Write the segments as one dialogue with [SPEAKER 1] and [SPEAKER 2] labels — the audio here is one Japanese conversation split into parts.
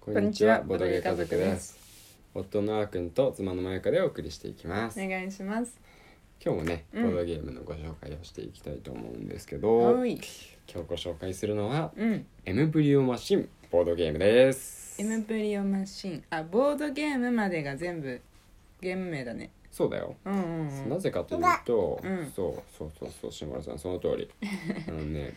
[SPEAKER 1] こんにちはボドゲ家族です夫のあーくんと妻のまゆかでお送りしていきます
[SPEAKER 2] お願いします
[SPEAKER 1] 今日もねボ
[SPEAKER 2] うん
[SPEAKER 1] ードゲームのご紹介をしていきたいと思うんですけど、
[SPEAKER 2] はい
[SPEAKER 1] 今日ご紹介するのは
[SPEAKER 2] うん
[SPEAKER 1] エムブリオマシンボードゲームです
[SPEAKER 2] エムプリオマシンあボードゲームまでが全部ゲーム名だね
[SPEAKER 1] そうだよ
[SPEAKER 2] うんうんう
[SPEAKER 1] なんぜかというと、
[SPEAKER 2] うん
[SPEAKER 1] そうそうそうそう下村さんその通 りあのね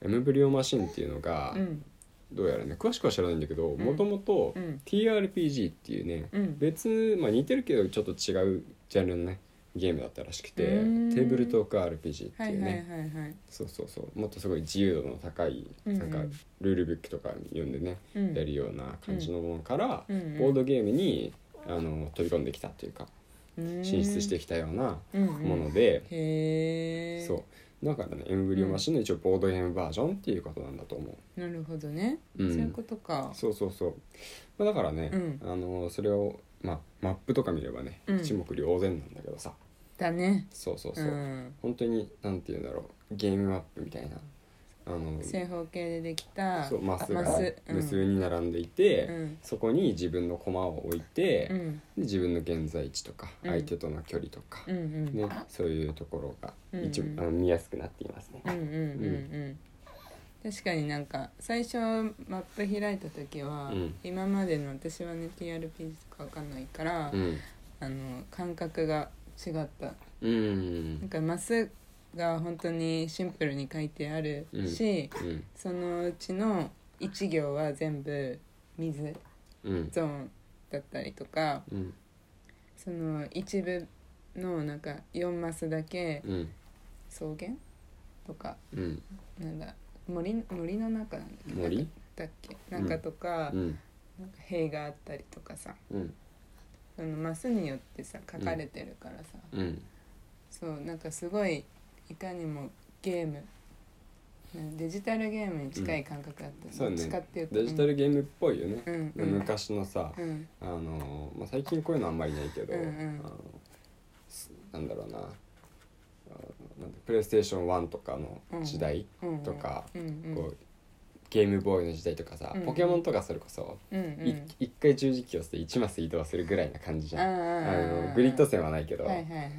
[SPEAKER 1] エムブリオマシンっていうのが、
[SPEAKER 2] うん
[SPEAKER 1] どうやらね詳しくは知らないんだけど
[SPEAKER 2] ん
[SPEAKER 1] もともと
[SPEAKER 2] うん
[SPEAKER 1] TRPG っていうね、
[SPEAKER 2] うん
[SPEAKER 1] 別、まあ、似てるけどちょっと違うジャンルのねゲームだったらしくてテ
[SPEAKER 2] うーん
[SPEAKER 1] ーブルトーク RPG って
[SPEAKER 2] はいいう
[SPEAKER 1] ね、
[SPEAKER 2] はいはいはい
[SPEAKER 1] そうそうそうもっとすごい自由度の高い
[SPEAKER 2] うんうん
[SPEAKER 1] なんかルールブックとか読んでね、
[SPEAKER 2] うん
[SPEAKER 1] やるような感じのものから、
[SPEAKER 2] うんうん
[SPEAKER 1] ボードゲームにあの飛び込んできたというか進出してきたような
[SPEAKER 2] うんうん
[SPEAKER 1] もので、
[SPEAKER 2] へえ
[SPEAKER 1] そうだからねエムブリオマシンの一応ボードゲームバージョンっていうことなんだと思う。
[SPEAKER 2] なるほどね
[SPEAKER 1] う
[SPEAKER 2] そうんいうことか
[SPEAKER 1] そうそうそう、まあ、だからね、
[SPEAKER 2] うん
[SPEAKER 1] あのそれを、まあ、マップとか見ればね、
[SPEAKER 2] うん
[SPEAKER 1] 一目瞭然なんだけどさ
[SPEAKER 2] だね
[SPEAKER 1] そうそう
[SPEAKER 2] う
[SPEAKER 1] そう、
[SPEAKER 2] ん
[SPEAKER 1] 本当になんて言うんだろうゲームマップみたいなあの
[SPEAKER 2] 正方形でできた
[SPEAKER 1] そうマスが
[SPEAKER 2] あマスうん
[SPEAKER 1] 無数に並んでいて、
[SPEAKER 2] うん
[SPEAKER 1] そこに自分の駒を置いて、
[SPEAKER 2] う
[SPEAKER 1] で
[SPEAKER 2] ん
[SPEAKER 1] 自分の現在地とか、
[SPEAKER 2] うん
[SPEAKER 1] 相手との距離とか、
[SPEAKER 2] うんうん
[SPEAKER 1] ね、そういうところが一、
[SPEAKER 2] うんうん
[SPEAKER 1] あの見やすくなっていますね。
[SPEAKER 2] うんうんうんうん確かになんか最初マップ開いた時は、
[SPEAKER 1] うん
[SPEAKER 2] 今までの私はね TRPG とかわかんないから、
[SPEAKER 1] うん、
[SPEAKER 2] あの感覚が違った
[SPEAKER 1] うん、う
[SPEAKER 2] なん
[SPEAKER 1] ん
[SPEAKER 2] かマスが本当にシンプルに書いてあるし、
[SPEAKER 1] うん
[SPEAKER 2] そのうちの1行は全部水
[SPEAKER 1] うん
[SPEAKER 2] ゾーンだったりとか
[SPEAKER 1] うん
[SPEAKER 2] その一部のなんか4マスだけ
[SPEAKER 1] うん
[SPEAKER 2] 草原とか
[SPEAKER 1] うん
[SPEAKER 2] なんだ森森の中なんだっけ
[SPEAKER 1] 森
[SPEAKER 2] だっけなんかとか,、
[SPEAKER 1] うん
[SPEAKER 2] なんか塀があったりとかさ
[SPEAKER 1] うん
[SPEAKER 2] そのマスによってさ書かれてるからさ、
[SPEAKER 1] うん
[SPEAKER 2] そうなんかすごいいかにもゲームなんデジタルゲームに近い感覚だった、
[SPEAKER 1] そうね
[SPEAKER 2] どっちかっていうと
[SPEAKER 1] デジタルゲームっぽいよね
[SPEAKER 2] う、んうんうん
[SPEAKER 1] 昔のさ、
[SPEAKER 2] うん
[SPEAKER 1] あのーまあ、最近こういうのあんまりないけど、
[SPEAKER 2] うんうん
[SPEAKER 1] あのすなんだろうなあのなんだプレイステーション1とかの時代、
[SPEAKER 2] うん
[SPEAKER 1] とか
[SPEAKER 2] うんうん
[SPEAKER 1] こうゲームボーイの時代とかさ、
[SPEAKER 2] うんうん
[SPEAKER 1] ポケモンとかそれこそ、
[SPEAKER 2] うんう
[SPEAKER 1] い
[SPEAKER 2] ん
[SPEAKER 1] 一回十字キーをして1マス移動するぐらいな感じじ
[SPEAKER 2] あ
[SPEAKER 1] ゃん。あ
[SPEAKER 2] ー
[SPEAKER 1] のグリッド線はないけど、
[SPEAKER 2] はいはいはいはい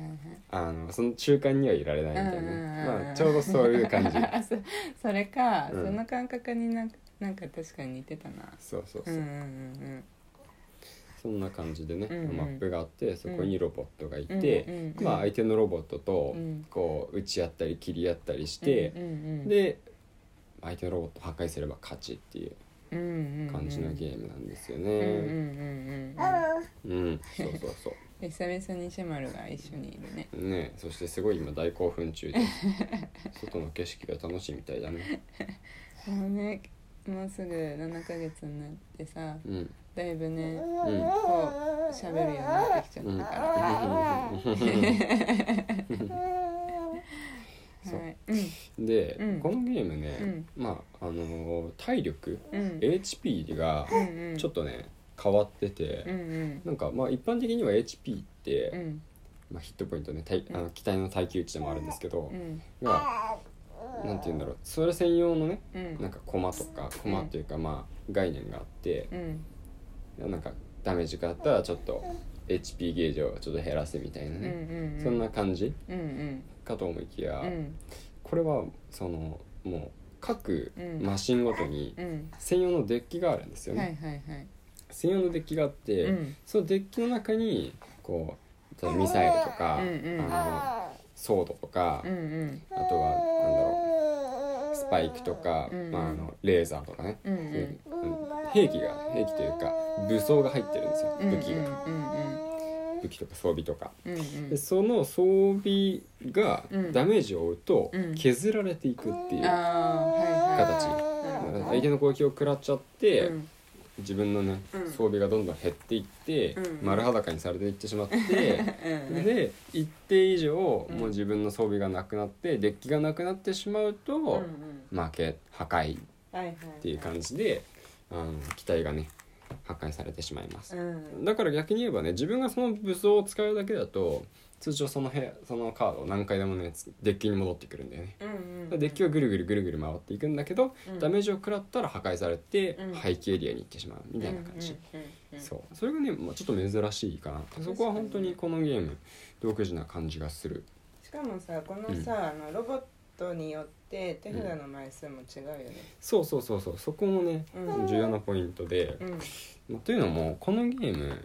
[SPEAKER 1] あのその中間にはいられないみたいなね、
[SPEAKER 2] うんうんうん
[SPEAKER 1] まあ、ちょうどそういう 感じ
[SPEAKER 2] あそそれか、
[SPEAKER 1] うん
[SPEAKER 2] その感覚になんかなんか確かに似てたな
[SPEAKER 1] そうそう
[SPEAKER 2] う
[SPEAKER 1] そ
[SPEAKER 2] ん
[SPEAKER 1] う、
[SPEAKER 2] うんうん
[SPEAKER 1] そんな感じでね、
[SPEAKER 2] うんうん
[SPEAKER 1] マップがあってそこにロボットがい
[SPEAKER 2] うん
[SPEAKER 1] て、
[SPEAKER 2] うんうんうん
[SPEAKER 1] まあ、相手のロボットと
[SPEAKER 2] うん
[SPEAKER 1] こう打ち合ったり切り合ったりし
[SPEAKER 2] うん
[SPEAKER 1] て
[SPEAKER 2] う、んうん、
[SPEAKER 1] で相手のロボットを破壊すれば勝ちっていう
[SPEAKER 2] 感
[SPEAKER 1] 感じのゲームなんですよね。
[SPEAKER 2] うんうんうんうん
[SPEAKER 1] うんそうそうそ
[SPEAKER 2] うん久々にシェマルが一緒にいるね
[SPEAKER 1] うねそしてすごい今大興奮中 です外の景色が楽しいみたいだね。
[SPEAKER 2] あのねもうすぐ7ヶ月になってさ
[SPEAKER 1] うん
[SPEAKER 2] だいぶね
[SPEAKER 1] うん
[SPEAKER 2] こう喋るようになってきちゃっ
[SPEAKER 1] うん
[SPEAKER 2] たから、
[SPEAKER 1] そう
[SPEAKER 2] はいうん
[SPEAKER 1] で、
[SPEAKER 2] うん
[SPEAKER 1] このゲームね、まああのー体力、
[SPEAKER 2] うん、
[SPEAKER 1] HP が
[SPEAKER 2] うんうん
[SPEAKER 1] ちょっとね変わってて、
[SPEAKER 2] うんうん
[SPEAKER 1] なんかまあ一般的には HP って、
[SPEAKER 2] うん
[SPEAKER 1] まあ、ヒットポイントね体あ
[SPEAKER 2] う
[SPEAKER 1] の機体の耐久値でもあるんですけど
[SPEAKER 2] う、ん
[SPEAKER 1] がなんて言うんだろうそれ専用のね
[SPEAKER 2] うん
[SPEAKER 1] なんか駒とか駒というかまあ概念があって
[SPEAKER 2] う、ん
[SPEAKER 1] なんかダメージがあったらちょっと HP ゲージをちょっと減らすみたいな
[SPEAKER 2] うんう
[SPEAKER 1] ね、
[SPEAKER 2] んうん
[SPEAKER 1] そんな感じ
[SPEAKER 2] うんうん
[SPEAKER 1] かと思いきや、
[SPEAKER 2] うん
[SPEAKER 1] これはそのもう各
[SPEAKER 2] うん
[SPEAKER 1] マシンごとに
[SPEAKER 2] うん
[SPEAKER 1] 専用のデッキがあるんですよね、
[SPEAKER 2] はいはいはい
[SPEAKER 1] 専用のデッキがあって、
[SPEAKER 2] うん
[SPEAKER 1] そのデッキの中にこう例えばミサイルとか、
[SPEAKER 2] うんうん
[SPEAKER 1] あのソードとか、
[SPEAKER 2] うんうん
[SPEAKER 1] あとはなんだろうスパイクとか、
[SPEAKER 2] うん
[SPEAKER 1] まあ、あのレーザーとかね、
[SPEAKER 2] うんう
[SPEAKER 1] そういうんあの兵器が兵器というか武装が入ってるんですよ
[SPEAKER 2] うん
[SPEAKER 1] 武器が、
[SPEAKER 2] うんうん
[SPEAKER 1] 武器とか装備とか。
[SPEAKER 2] うんうん
[SPEAKER 1] でその装備が
[SPEAKER 2] うん
[SPEAKER 1] ダメージを負うと
[SPEAKER 2] うん
[SPEAKER 1] 削られていくっていう形、
[SPEAKER 2] あーはいはいなるほど
[SPEAKER 1] 相手の攻撃を食らっちゃって、
[SPEAKER 2] うん
[SPEAKER 1] 自分のね、
[SPEAKER 2] うん
[SPEAKER 1] 装備がどんどん減っていって、
[SPEAKER 2] うん
[SPEAKER 1] 丸裸にされていってしまって、
[SPEAKER 2] うんうん
[SPEAKER 1] で一定以上も
[SPEAKER 2] うん
[SPEAKER 1] う自分の装備がなくなってデッキがなくなってしまうと
[SPEAKER 2] うんうん
[SPEAKER 1] 負け破壊っ
[SPEAKER 2] はいはいって
[SPEAKER 1] いう感じであの機体がね破壊されてしまいます
[SPEAKER 2] うん
[SPEAKER 1] だから逆に言えばね自分がその武装を使うだけだと通常その部屋そのカードを何回でもねつデッキに戻ってくるんだよね
[SPEAKER 2] うんうんうん
[SPEAKER 1] デッキをぐるぐるぐるぐる回っていくんだけど、
[SPEAKER 2] うん
[SPEAKER 1] ダメージを食らったら破壊されて、
[SPEAKER 2] うん
[SPEAKER 1] 廃棄エリアに行ってしまうみたいな感じ、
[SPEAKER 2] うんうんうんうん
[SPEAKER 1] そうそれがね、まあ、ちょっと珍しいかなってそこは本当にこのゲーム独自な感じがする
[SPEAKER 2] しかもさこのさ、あのロボットによって手札の枚数も違うよね、
[SPEAKER 1] そうそうそうそうそこもね、
[SPEAKER 2] うん
[SPEAKER 1] 重要なポイントで
[SPEAKER 2] う、ん
[SPEAKER 1] まあというのもこのゲーム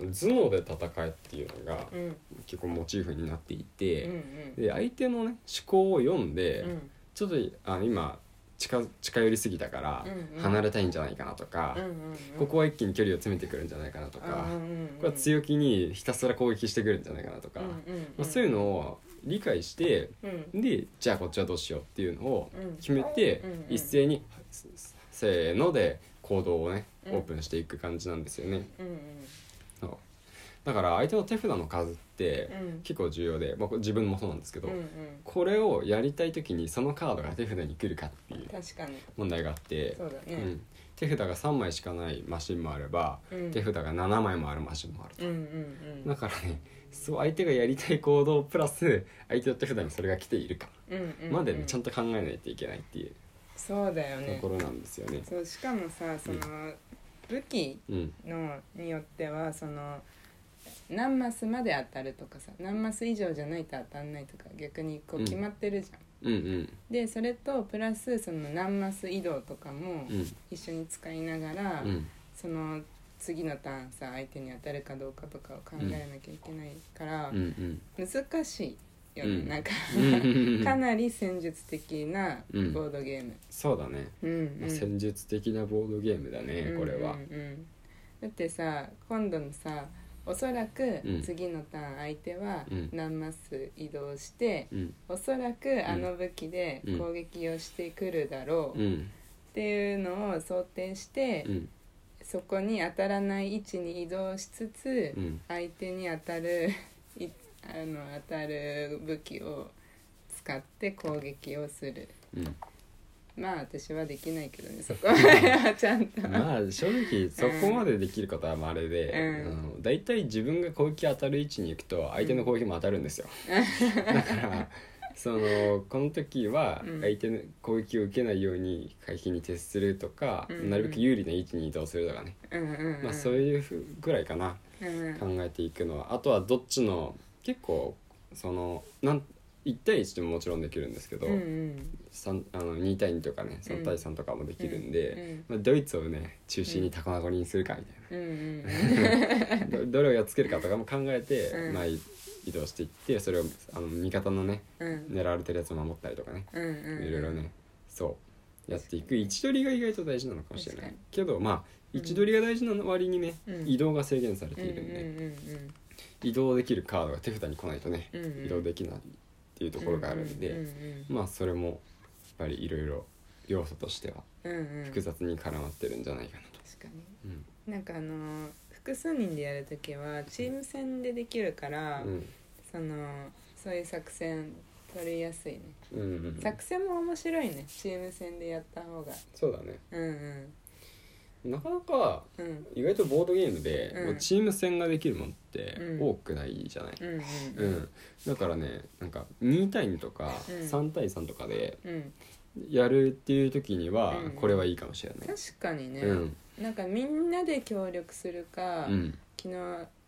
[SPEAKER 2] うん
[SPEAKER 1] その頭脳で戦えっていうのが
[SPEAKER 2] うん
[SPEAKER 1] 結構モチーフになってい
[SPEAKER 2] うん
[SPEAKER 1] て、で相手のね思考を読んで、
[SPEAKER 2] うん
[SPEAKER 1] ちょっとあ今近近寄りすぎたから
[SPEAKER 2] うんうん
[SPEAKER 1] 離れたいんじゃないかなとか、
[SPEAKER 2] うんうんうん
[SPEAKER 1] ここは一気に距離を詰めてくるんじゃないかなとか、
[SPEAKER 2] うんうんうん
[SPEAKER 1] ここは強気にひたすら攻撃してくるんじゃないかなとか、
[SPEAKER 2] うんうんうん
[SPEAKER 1] まあ、そういうのを理解して
[SPEAKER 2] うん
[SPEAKER 1] でじゃあこっちはどうしようっていうのを
[SPEAKER 2] うん
[SPEAKER 1] 決めて、
[SPEAKER 2] うんうん
[SPEAKER 1] 一斉にせせーので行動をね
[SPEAKER 2] うん
[SPEAKER 1] オープンしていく感じなんですよね。
[SPEAKER 2] うん
[SPEAKER 1] そうだから相手の手札の数っ
[SPEAKER 2] う
[SPEAKER 1] て
[SPEAKER 2] ん
[SPEAKER 1] 結構重要で、まあ、これ自分もそうなんですけど、
[SPEAKER 2] うんうん
[SPEAKER 1] これをやりたい時にそのカードが手札に来るかっていう
[SPEAKER 2] 確かに
[SPEAKER 1] 問題があって
[SPEAKER 2] そうだ
[SPEAKER 1] う
[SPEAKER 2] ね
[SPEAKER 1] ん、手札が3枚しかないマシンもあれば、
[SPEAKER 2] うん
[SPEAKER 1] 手札が7枚もあるマシンもある
[SPEAKER 2] うんうんうん
[SPEAKER 1] だからねそう相手がやりたい行動プラス相手の手札にそれが来ているか
[SPEAKER 2] うんうんうん
[SPEAKER 1] までね、ちゃんと考えないといけないっていう
[SPEAKER 2] そうだよ
[SPEAKER 1] と
[SPEAKER 2] ね
[SPEAKER 1] ころなんですよね。
[SPEAKER 2] そうしかもさその武器
[SPEAKER 1] うん、
[SPEAKER 2] のによってはその何マスまで当たるとかさ何マス以上じゃないと当たんないとか逆にこ
[SPEAKER 1] う
[SPEAKER 2] うん決まってるじゃん、
[SPEAKER 1] うんうん
[SPEAKER 2] でそれとプラスその何マス移動とかも
[SPEAKER 1] うん
[SPEAKER 2] 一緒に使いながら、
[SPEAKER 1] うん
[SPEAKER 2] その次のターンさ相手に当たるかどうかとかを考えなきゃいけないから
[SPEAKER 1] うんう、ん
[SPEAKER 2] 難しいよね、
[SPEAKER 1] うん
[SPEAKER 2] なんか
[SPEAKER 1] うん
[SPEAKER 2] かなり戦術的なボ
[SPEAKER 1] うん
[SPEAKER 2] ードゲーム、
[SPEAKER 1] そうだね、
[SPEAKER 2] うん
[SPEAKER 1] まあ、
[SPEAKER 2] うん
[SPEAKER 1] 戦術的なボードゲームだねこれは
[SPEAKER 2] うんうんうんだってさ今度のさおそらく
[SPEAKER 1] うん
[SPEAKER 2] 次のターン相手は
[SPEAKER 1] うん
[SPEAKER 2] 何マス移動して、
[SPEAKER 1] うん
[SPEAKER 2] おそらくあの武器で
[SPEAKER 1] うん
[SPEAKER 2] 攻撃をしてくるだろう
[SPEAKER 1] う
[SPEAKER 2] っ
[SPEAKER 1] ん
[SPEAKER 2] ていうのを想定して、
[SPEAKER 1] うん
[SPEAKER 2] そこに当たらない位置に移動しつつ、
[SPEAKER 1] うん
[SPEAKER 2] 相手に当たるいあの当たる武器を使って攻撃をする
[SPEAKER 1] うん
[SPEAKER 2] まあ私はできないけどねそこ はちゃんと。
[SPEAKER 1] まあ正 直そこまでできることはまれで、
[SPEAKER 2] うん
[SPEAKER 1] あの大体自分が攻撃当たる位置に行くと相手の攻撃も当たるんですよ、 だからそのこの時は
[SPEAKER 2] うん
[SPEAKER 1] 相手の攻撃を受けないように回避に徹するとか、
[SPEAKER 2] うん
[SPEAKER 1] なるべく有利な位置に移動するとかね、
[SPEAKER 2] うんうんうん
[SPEAKER 1] まあ、そういうふうぐらいかな
[SPEAKER 2] うん
[SPEAKER 1] 考えていくのはあとはどっちの結構そのなん1対1でももちろんできるんですけど、
[SPEAKER 2] うんうん
[SPEAKER 1] 三あの2対2とかね3対3とかもできるんで。
[SPEAKER 2] うん
[SPEAKER 1] まあ、ドイツをね中心にタコナゴにするかみ
[SPEAKER 2] うんうん
[SPEAKER 1] たいな、どどれをやっつけるかとかも考えて、
[SPEAKER 2] うん
[SPEAKER 1] まあ、い移動していってそれをあの味方のね
[SPEAKER 2] うんうん
[SPEAKER 1] 狙われてるやつを守ったりとかね
[SPEAKER 2] うんうん
[SPEAKER 1] いろいろねそうやっていく位置取りが意外と大事なのかもしれな
[SPEAKER 2] 確
[SPEAKER 1] い
[SPEAKER 2] かに
[SPEAKER 1] けどまあ
[SPEAKER 2] うん
[SPEAKER 1] 位置取りが大事なの割にね、
[SPEAKER 2] うん
[SPEAKER 1] 移動が制限されて
[SPEAKER 2] うんう
[SPEAKER 1] い
[SPEAKER 2] ん
[SPEAKER 1] るんで、
[SPEAKER 2] うん
[SPEAKER 1] 移動できるカードが手札に来ないとね、
[SPEAKER 2] うんうん
[SPEAKER 1] 移動できないっていうところがあるんで、
[SPEAKER 2] うんうん
[SPEAKER 1] まあそれもやっぱりいろいろ要素としては
[SPEAKER 2] うんうん
[SPEAKER 1] 複雑に絡まってるんじゃないかなと。
[SPEAKER 2] 確かに
[SPEAKER 1] うん
[SPEAKER 2] なんかあの複数人でやるときはチーム戦でできるから、
[SPEAKER 1] うん
[SPEAKER 2] そのそういう作戦取りやすいね、
[SPEAKER 1] うんうん、
[SPEAKER 2] 作戦も面白いねチーム戦でやった方が
[SPEAKER 1] そうだね
[SPEAKER 2] うんうん
[SPEAKER 1] なかなか
[SPEAKER 2] うん
[SPEAKER 1] 意外とボードゲームで、
[SPEAKER 2] うん
[SPEAKER 1] まあチーム戦ができるもんって
[SPEAKER 2] うん
[SPEAKER 1] 多くないじゃない、
[SPEAKER 2] うんうん
[SPEAKER 1] うんだからねなんか2対2とか
[SPEAKER 2] うん
[SPEAKER 1] 3対3とかで
[SPEAKER 2] うん
[SPEAKER 1] やるっていう時には
[SPEAKER 2] うん
[SPEAKER 1] これはいいかもしれない、
[SPEAKER 2] 確かにね、
[SPEAKER 1] うん
[SPEAKER 2] なんかみんなで協力するか、
[SPEAKER 1] うん
[SPEAKER 2] 昨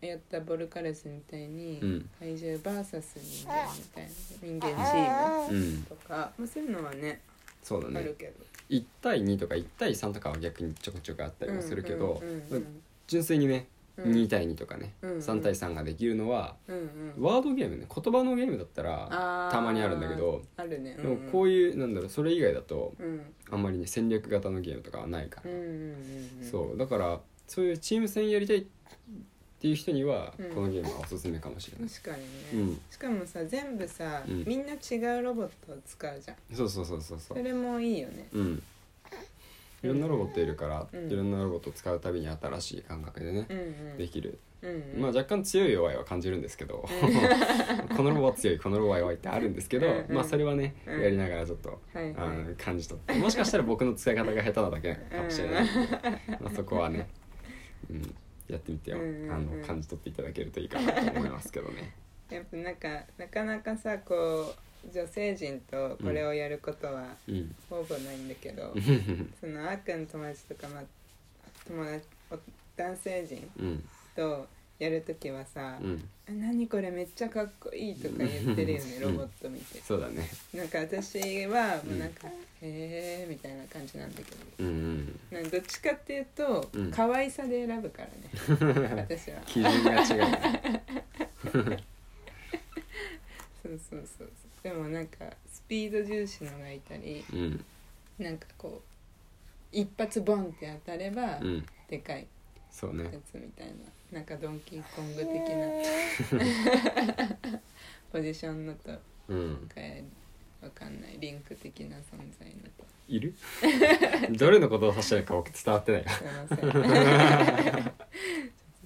[SPEAKER 2] 日やったボルカレスみたいに、
[SPEAKER 1] うん
[SPEAKER 2] 怪獣 VS 人間みたいな人間チーム
[SPEAKER 1] うん
[SPEAKER 2] とか、まあ、そういうのはね
[SPEAKER 1] そうだ
[SPEAKER 2] あ
[SPEAKER 1] ね
[SPEAKER 2] るけど
[SPEAKER 1] 1対2とか1対3とかは逆にちょこちょこあったりもするけど、
[SPEAKER 2] うんう
[SPEAKER 1] まあ
[SPEAKER 2] ん
[SPEAKER 1] 純粋にね、
[SPEAKER 2] うん
[SPEAKER 1] 2対2とかね、
[SPEAKER 2] うん
[SPEAKER 1] 3対3ができるのは
[SPEAKER 2] うんうんうん
[SPEAKER 1] ワードゲームね言葉のゲームだったら
[SPEAKER 2] あー
[SPEAKER 1] たまにあるんだけど
[SPEAKER 2] あるね、
[SPEAKER 1] でもこういうなんだろうそれ以外だと
[SPEAKER 2] うんうん
[SPEAKER 1] あんまりね戦略型のゲームとかはないか
[SPEAKER 2] う
[SPEAKER 1] ら、
[SPEAKER 2] んうんうん
[SPEAKER 1] そうだからそういうチーム戦やりたいっていう人には、
[SPEAKER 2] うん
[SPEAKER 1] このゲームはおすすめかもしれない、
[SPEAKER 2] 確かにね、
[SPEAKER 1] うん
[SPEAKER 2] しかもさ全部さ、
[SPEAKER 1] うん
[SPEAKER 2] みんな違うロボットを使うじゃん
[SPEAKER 1] そうそうそうそうそ
[SPEAKER 2] そうれもいいよね
[SPEAKER 1] うんいろんなロボットいるから、
[SPEAKER 2] うん
[SPEAKER 1] いろんなロボットを使うたびに新しい感覚でね
[SPEAKER 2] う、ん
[SPEAKER 1] できる、
[SPEAKER 2] うんうんうん
[SPEAKER 1] まあ若干強い弱いは感じるんですけど、 このロボは強いこのロボは弱いってあるんですけど、
[SPEAKER 2] うんうん
[SPEAKER 1] まあそれはね、
[SPEAKER 2] うん
[SPEAKER 1] やりながらちょっと、
[SPEAKER 2] はい
[SPEAKER 1] あ
[SPEAKER 2] はい
[SPEAKER 1] の感じ取ってもしかしたら僕の使い方が下手なだけかもしれない、まあそこはねうん、やってみてよ、
[SPEAKER 2] うんうんうん
[SPEAKER 1] あの感じ取っていただけるといいかなと思いますけど ね
[SPEAKER 2] やっぱなんかなかなかさこう女性陣とこれをやることは
[SPEAKER 1] うん
[SPEAKER 2] ほぼないんだけど、
[SPEAKER 1] うん
[SPEAKER 2] そのあっくんの友達とか、ま、友達お男性陣
[SPEAKER 1] うん
[SPEAKER 2] とやるときはさ
[SPEAKER 1] うん
[SPEAKER 2] 「あ何これめっちゃかっこいい」とか言ってるよね
[SPEAKER 1] うん
[SPEAKER 2] ロボット見て。
[SPEAKER 1] そうだね
[SPEAKER 2] なんか私は
[SPEAKER 1] うん
[SPEAKER 2] もうなんか「へえ」みたいな感じなんだけど
[SPEAKER 1] うんうん
[SPEAKER 2] なんかどっちかっていうと、
[SPEAKER 1] うん
[SPEAKER 2] 可愛さで選ぶからね 私は
[SPEAKER 1] 基準が違うね
[SPEAKER 2] そうそうそうそうでもなんかスピード重視のがいたり
[SPEAKER 1] うん
[SPEAKER 2] なんかこう一発ボンって当たれば、
[SPEAKER 1] うん
[SPEAKER 2] でかい
[SPEAKER 1] そう
[SPEAKER 2] や
[SPEAKER 1] ね
[SPEAKER 2] つみたいななんかドンキーコング的なポジションのと
[SPEAKER 1] うん
[SPEAKER 2] かわかんないリンク的な存在のと
[SPEAKER 1] いる どれのことを指してるか僕伝わってない
[SPEAKER 2] すいま せんちょっと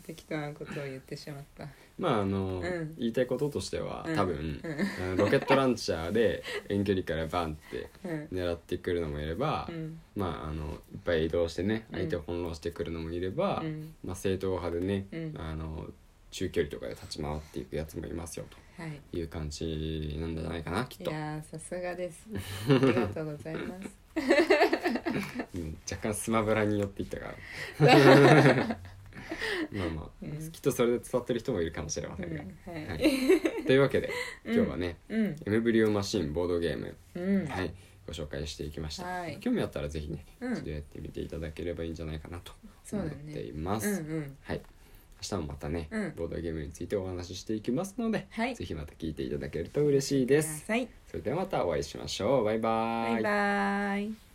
[SPEAKER 2] 適当なことを言ってしまった
[SPEAKER 1] まああの、
[SPEAKER 2] うん
[SPEAKER 1] 言いたいこととしては
[SPEAKER 2] うん
[SPEAKER 1] 多分、あのロケットランチャーで遠距離からバンって
[SPEAKER 2] うん
[SPEAKER 1] 狙ってくるのもいれば、
[SPEAKER 2] うん
[SPEAKER 1] まああのいっぱい移動してね
[SPEAKER 2] うん
[SPEAKER 1] 相手を翻弄してくるのもいれば、
[SPEAKER 2] うん
[SPEAKER 1] まあ、正統派でね、
[SPEAKER 2] うん
[SPEAKER 1] あの中距離とかで立ち回っていくやつもいますよ
[SPEAKER 2] はい
[SPEAKER 1] という感じなんじゃないかなきっ
[SPEAKER 2] い
[SPEAKER 1] と、
[SPEAKER 2] やーさす がですありがとうございます
[SPEAKER 1] うん、若干スマブラに寄っていったから まあまあ、
[SPEAKER 2] うん
[SPEAKER 1] きっとそれで伝わってる人もいるかもしれま
[SPEAKER 2] う
[SPEAKER 1] せんが、
[SPEAKER 2] ん
[SPEAKER 1] は
[SPEAKER 2] はいい、
[SPEAKER 1] というわけで今日はね
[SPEAKER 2] うん
[SPEAKER 1] 「エムブリオマシンボードゲーム」
[SPEAKER 2] うん
[SPEAKER 1] はい、ご紹介していきました、
[SPEAKER 2] はい
[SPEAKER 1] 興味あったらぜひね、
[SPEAKER 2] うん
[SPEAKER 1] 一度やってみていただければいいんじゃないかなと
[SPEAKER 2] そう
[SPEAKER 1] 思っ
[SPEAKER 2] だね
[SPEAKER 1] ていま
[SPEAKER 2] う
[SPEAKER 1] す、
[SPEAKER 2] んうん
[SPEAKER 1] はい明日もまたね、
[SPEAKER 2] うん
[SPEAKER 1] ボードゲームについてお話ししていきますので、
[SPEAKER 2] はい
[SPEAKER 1] ぜひまた聞いていただけると嬉しいです
[SPEAKER 2] ください
[SPEAKER 1] それではまたお会いしましょうバイバ
[SPEAKER 2] バイバイ